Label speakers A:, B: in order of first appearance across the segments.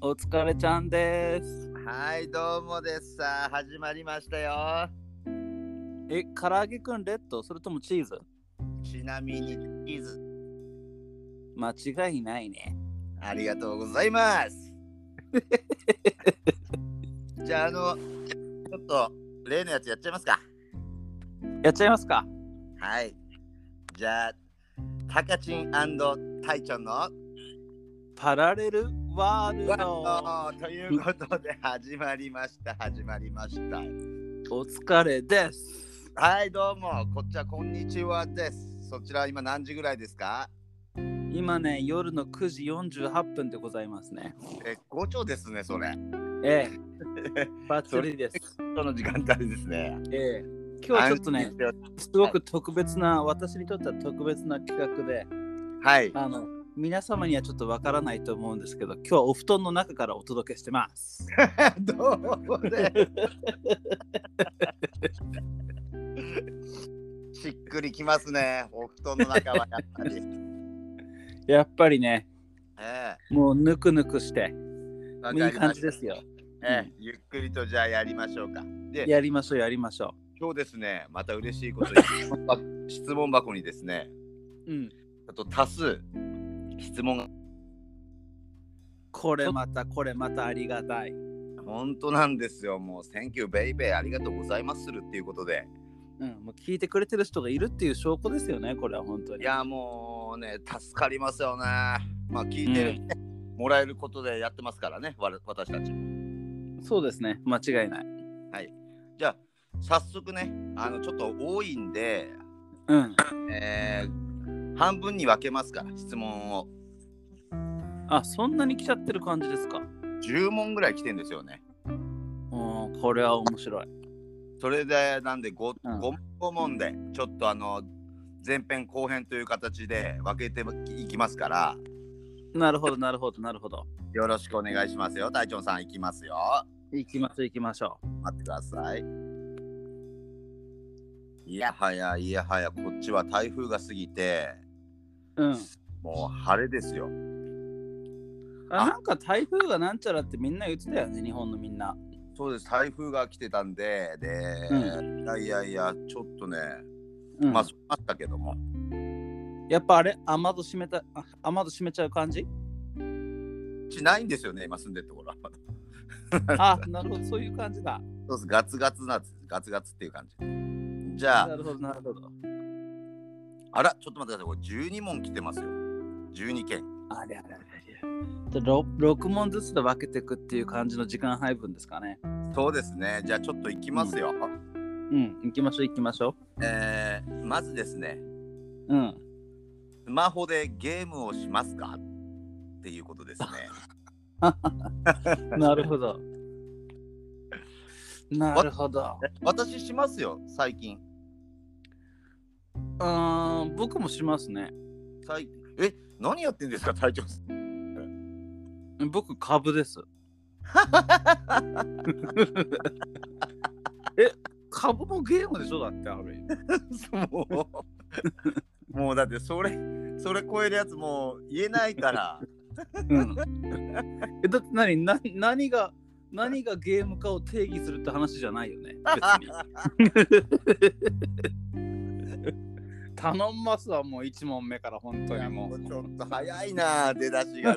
A: お疲れちゃんです。
B: はい、どうもです。さあ、始まりましたよ。
A: え、唐揚げくんレッドそれともチーズ
B: ちなみに、チーズ、
A: 間違いないね。
B: ありがとうございます。 じゃあ、あの、ちょっと、例のやつやっちゃいますか。
A: やっちゃいますか
B: はい。じゃあ、タカチンタイちゃんのワ
A: パラレルワールド。
B: ールドということで、始まりました、始まりました。
A: お疲れです。
B: はい、どうも、こっちはこんにちはです。そちら、今何時ぐらいですか
A: 今ね、夜の9時48分でございますね。
B: え、好調ですね、それ。
A: ええ。バッチリです。
B: その時間帯ですね。
A: ええ。今日はちょっとね
B: 安心、しており
A: すごく特別な、私にとっては特別な企画で、
B: はい。
A: あの、皆様にはちょっとわからないと思うんですけど、今日はお布団の中からお届けして ます。
B: どうでしっくりきますね。お布団の中はやっぱり。
A: やっぱりね、
B: え
A: もうぬくぬくして、
B: え
A: も
B: わ
A: ういい感じですよ。
B: ええゆっくりとじゃあやりましょうか。で、
A: やりましょうやりましょ
B: 今日ですね、また嬉しいことに 質問箱質問箱にですね、
A: う。うん。
B: あと多数質問が
A: これまたこれまたありがたい。
B: 本当なんですよ。もう、Thank you, baby. ありがとうございまするっていうことで。
A: うん、もう聞いてくれてる人がいるっていう証拠ですよね、これは本当に。
B: いやもうね助かりますよね。まあ聞いてる、ねもらえることでやってますからねわ私たちも。
A: そうですね、間違いない。
B: じゃあ早速ねあのちょっと多いんで、
A: うん。
B: えー半分に分けますから質問を
A: あ、そんなに来ちゃってる感じですか。
B: 10問ぐらい来てんですよね。
A: うん、これは面白い。
B: それでなんで 5,、
A: うん
B: 五五問でちょっとあの前編後編という形で分けていきますから
A: なるほど、なるほど、なるほど。
B: よろしくお願いしますよ隊長さんいきますよ。
A: 行きましょう、行きましょう。
B: 待ってください。いやはやいやはやこっちは台風が過ぎて
A: うん、
B: もう晴れですよ。
A: あ
B: あ
A: なんか台風がなんちゃらってみんな言ってたよね、日本のみんな。
B: そうです台風が来てたんでで、
A: う
B: いやいやいやちょっとね、
A: うん、
B: まあそうなったけども
A: やっぱあれ、雨戸閉めた、あ雨戸閉めちゃう感じ
B: うちないんですよね今住んでるところは。
A: あ、なるほど、そういう感じだ。
B: そうですガツガツなガツガツっていう感じ。じゃ
A: なるほど、なるほど。
B: ああらちょっと待ってくださいこれ12問来てますよ。12件。
A: あれあれあれあれ。6問ずつで分けていくっていう感じの時間配分ですかね。
B: そうですねじゃあちょっと行きますよ。
A: うん、行きましょう行きましょ
B: えーまずですね
A: う。うん。
B: スマホでゲームをしますかっていうことですね。
A: なるほど。なるほど。
B: 私しますよ、最近。
A: うーん、僕もしますね。
B: 最え、何やってんですか、隊長さん。
A: 僕、株です。 え、株もゲームでしょだって、ある意味。
B: もう、 もうだってそれ、それ超えるやつもう言えないから。
A: うん。え、だって何、な何が、何がゲームかを定義するって話じゃないよね。 別に。頼んますわ、もう1問目から、本当にも
B: も
A: う
B: う。ちょっと早いな、出だし が。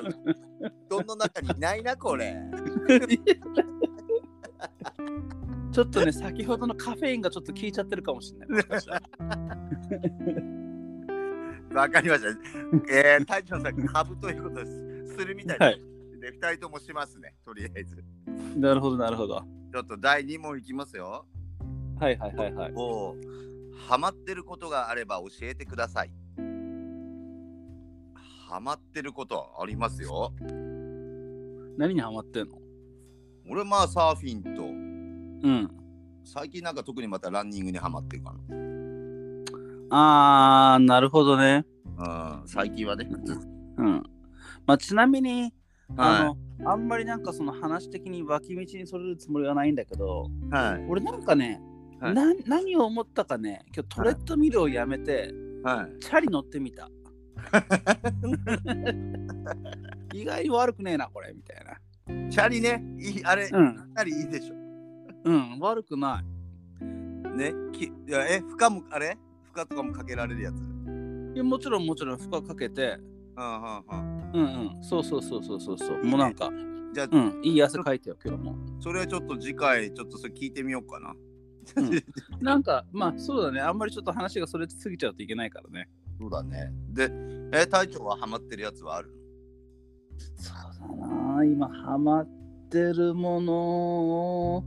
B: どんの中にいないな、これ。
A: ちょっとね、先ほどのカフェインがちょっと効いちゃってるかもしれない。もしかしたら
B: わかりました。えー、隊長さん、株ということです。するみたいで
A: はい
B: す。で、2人ともしますね、とりあえず。
A: なるほど、なるほど。
B: ちょっと第2問いきますよ。
A: はいはいはいはい。
B: おハマってることがあれば教えてください。ハマってることありますよ。
A: 何にハマってんの
B: 俺まあサーフィンと
A: うん。
B: 最近なんか特にまたランニングにハマってるか
A: あー、なるほどね。
B: な。うん、最近はね。
A: うん。まあ、ちなみに、あ
B: は
A: の、あんまりなんかその話的に脇道にそれるつもりはないんだけど、
B: い。はい。
A: 俺なんかね、
B: はい
A: な何を思ったかね、今日トレッドミルをやめて、
B: はい。
A: チャリ乗ってみた。 意外に悪くねえな、これ、みたいな。
B: チャリね、いいあれ、か
A: うん。
B: なりいいでしょ。
A: うん、悪くない。
B: ね、きいやえ、負荷も、あれ負荷とかもかけられるやつ。うん
A: いやもちろんもちろん負荷かけて、
B: うんうん。
A: うんうん、そうそうそうそうそうそう。もうなんか、
B: じゃあ、
A: うん、いい汗かいてよ、今日も。
B: それはちょっと次回、ちょっとそれ聞いてみようかな。
A: うんなんか、まあそうだね、あんまりちょっと話がそれ過ぎちゃうといけないからね。
B: そうだね。で、え、隊長はハマってるやつはある
A: そうだな、今ハマってるも の。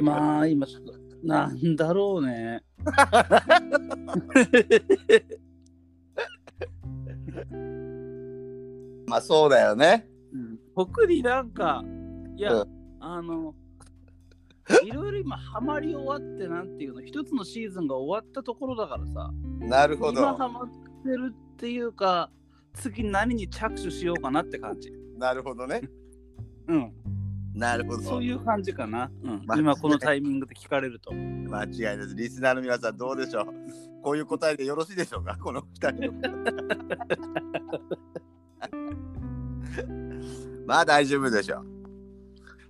B: のあ、
A: まあ今ちょっと、なんだろうね。
B: まあそうだよね。
A: 特になんか、いや、
B: う
A: あの、いろいろ今ハマり終わってなんていうの、一つのシーズンが終わったところだからさ。
B: なるほ
A: 今
B: ど。
A: ハマってるっていうか次何に着手しようかなって感じ
B: なるほどね。
A: うん
B: なるほど。
A: そういう感じかな、うん
B: まあ
A: 今このタイミングで聞かれると
B: 間違いないです。リスナーの皆さんどうでしょうこういう答えでよろしいでしょうかこの2人 の。まあ大丈夫でしょう。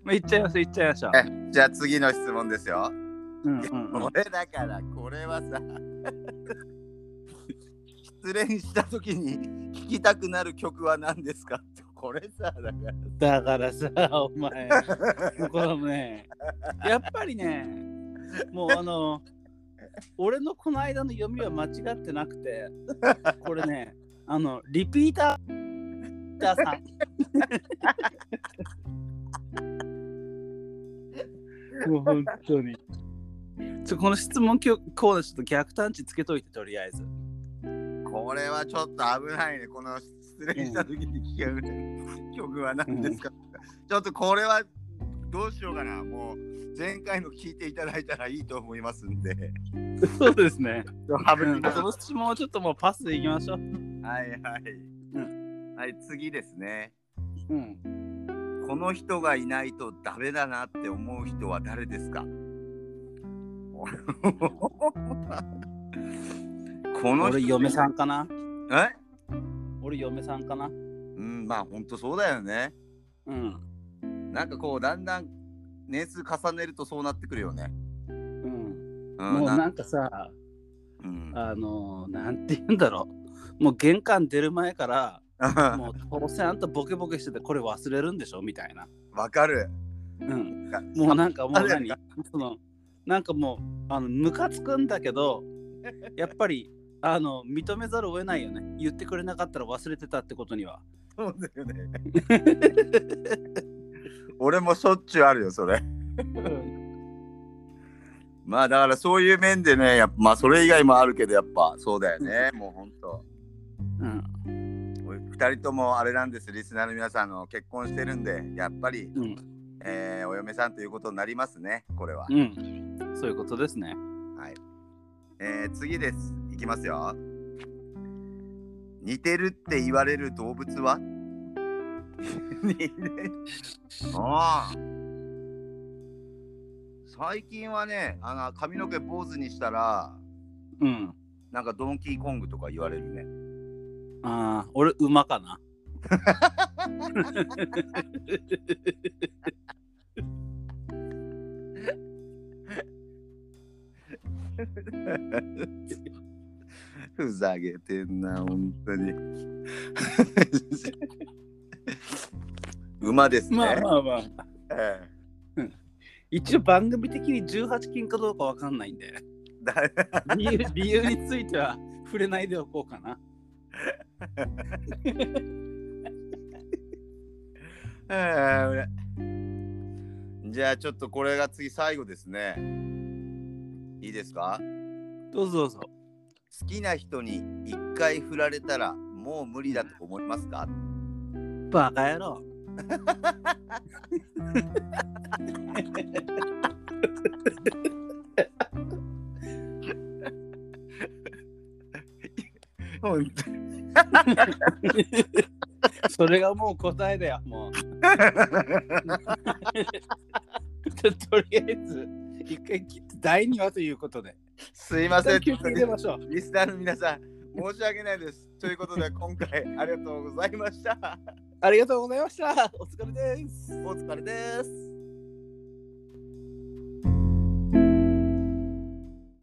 A: まあ言っちゃいましょう言っちゃいましょう
B: えじゃあ次の質問ですよ。
A: うんうんうん
B: これだからこれはさ 失恋した時に聴きたくなる曲は何ですかってこれさだから
A: だからさ お前この ねやっぱりねもうあの俺のこの間の読みは間違ってなくてこれねあのリピーターさん もう本当にちょこの質問今日コーナーちょっと逆探知つけといてとりあえず
B: これはちょっと危ないね。この失恋した時に聴く曲は何ですか、ちょっとこれはどうしようかな。もう前回の聞いていただいたらいいと思いますんで。
A: そうですね、
B: ちょっと危
A: う、
B: なんいな
A: その質問はちょっともうパスでいきましょう
B: はいはい、
A: う
B: はい、次ですね。
A: うん
B: この人がいないとダメだなって思う人は誰です かこの人
A: 俺嫁さんかな
B: え
A: 俺嫁さんかな
B: うん、まあ本当そうだよね。
A: うん
B: なんかこうだんだん年数重ねるとそうなってくるよね。
A: うん
B: うん、
A: もう
B: な
A: なんかさ
B: うん、
A: あのー、なんて言うんだろうもう玄関出る前からもう当然あんたボケボケしててこれ忘れるんでしょみたいな
B: わかる。
A: うんもうなんかもう
B: あ
A: 何そのなんかもうあのムカつくんだけどやっぱりあの認めざるを得ないよね言ってくれなかったら忘れてたってことには
B: そうだよ ね。俺もしょっちゅうあるよ、それ。
A: うん
B: まあだからそういう面でね、やっぱまあそれ以外もあるけど、やっぱそうだよね、もうほんと。おい二人ともあれなんです、リスナーの皆さんあの結婚してるんで、やっぱり、
A: うん
B: えーお嫁さんということになりますね、これは。
A: うんそういうことですね
B: えー次です。いきますよ。似てるって言われる動物 は似てああ。最近はね、あの髪の毛坊主にしたら、
A: うん
B: なんかドンキーコングとか言われるね。
A: ああ俺馬かな
B: ふざけてんな、本 当に。馬ですね。
A: まあまあまあ
B: ええ
A: 一応番組的に18禁かどうかわかんないんで
B: だ
A: 理由理由については触れないでおこうかな。
B: ああ俺じゃあちょっとこれが次最後ですね。いいですか
A: どうぞどうぞ。
B: 好きな人に一回振られたらもう無理だと思いますか
A: バカ野郎。
B: 本当に
A: それがもう答えだよ、もう。 とりあえず、一回切って第2話ということで。
B: すい ません。
A: 一旦休憩入れましょう。
B: リスナーの皆さん、申し訳ないです。ということで、今回ありがとうございました。
A: ありがとうございました。お疲れです。
B: お疲れです。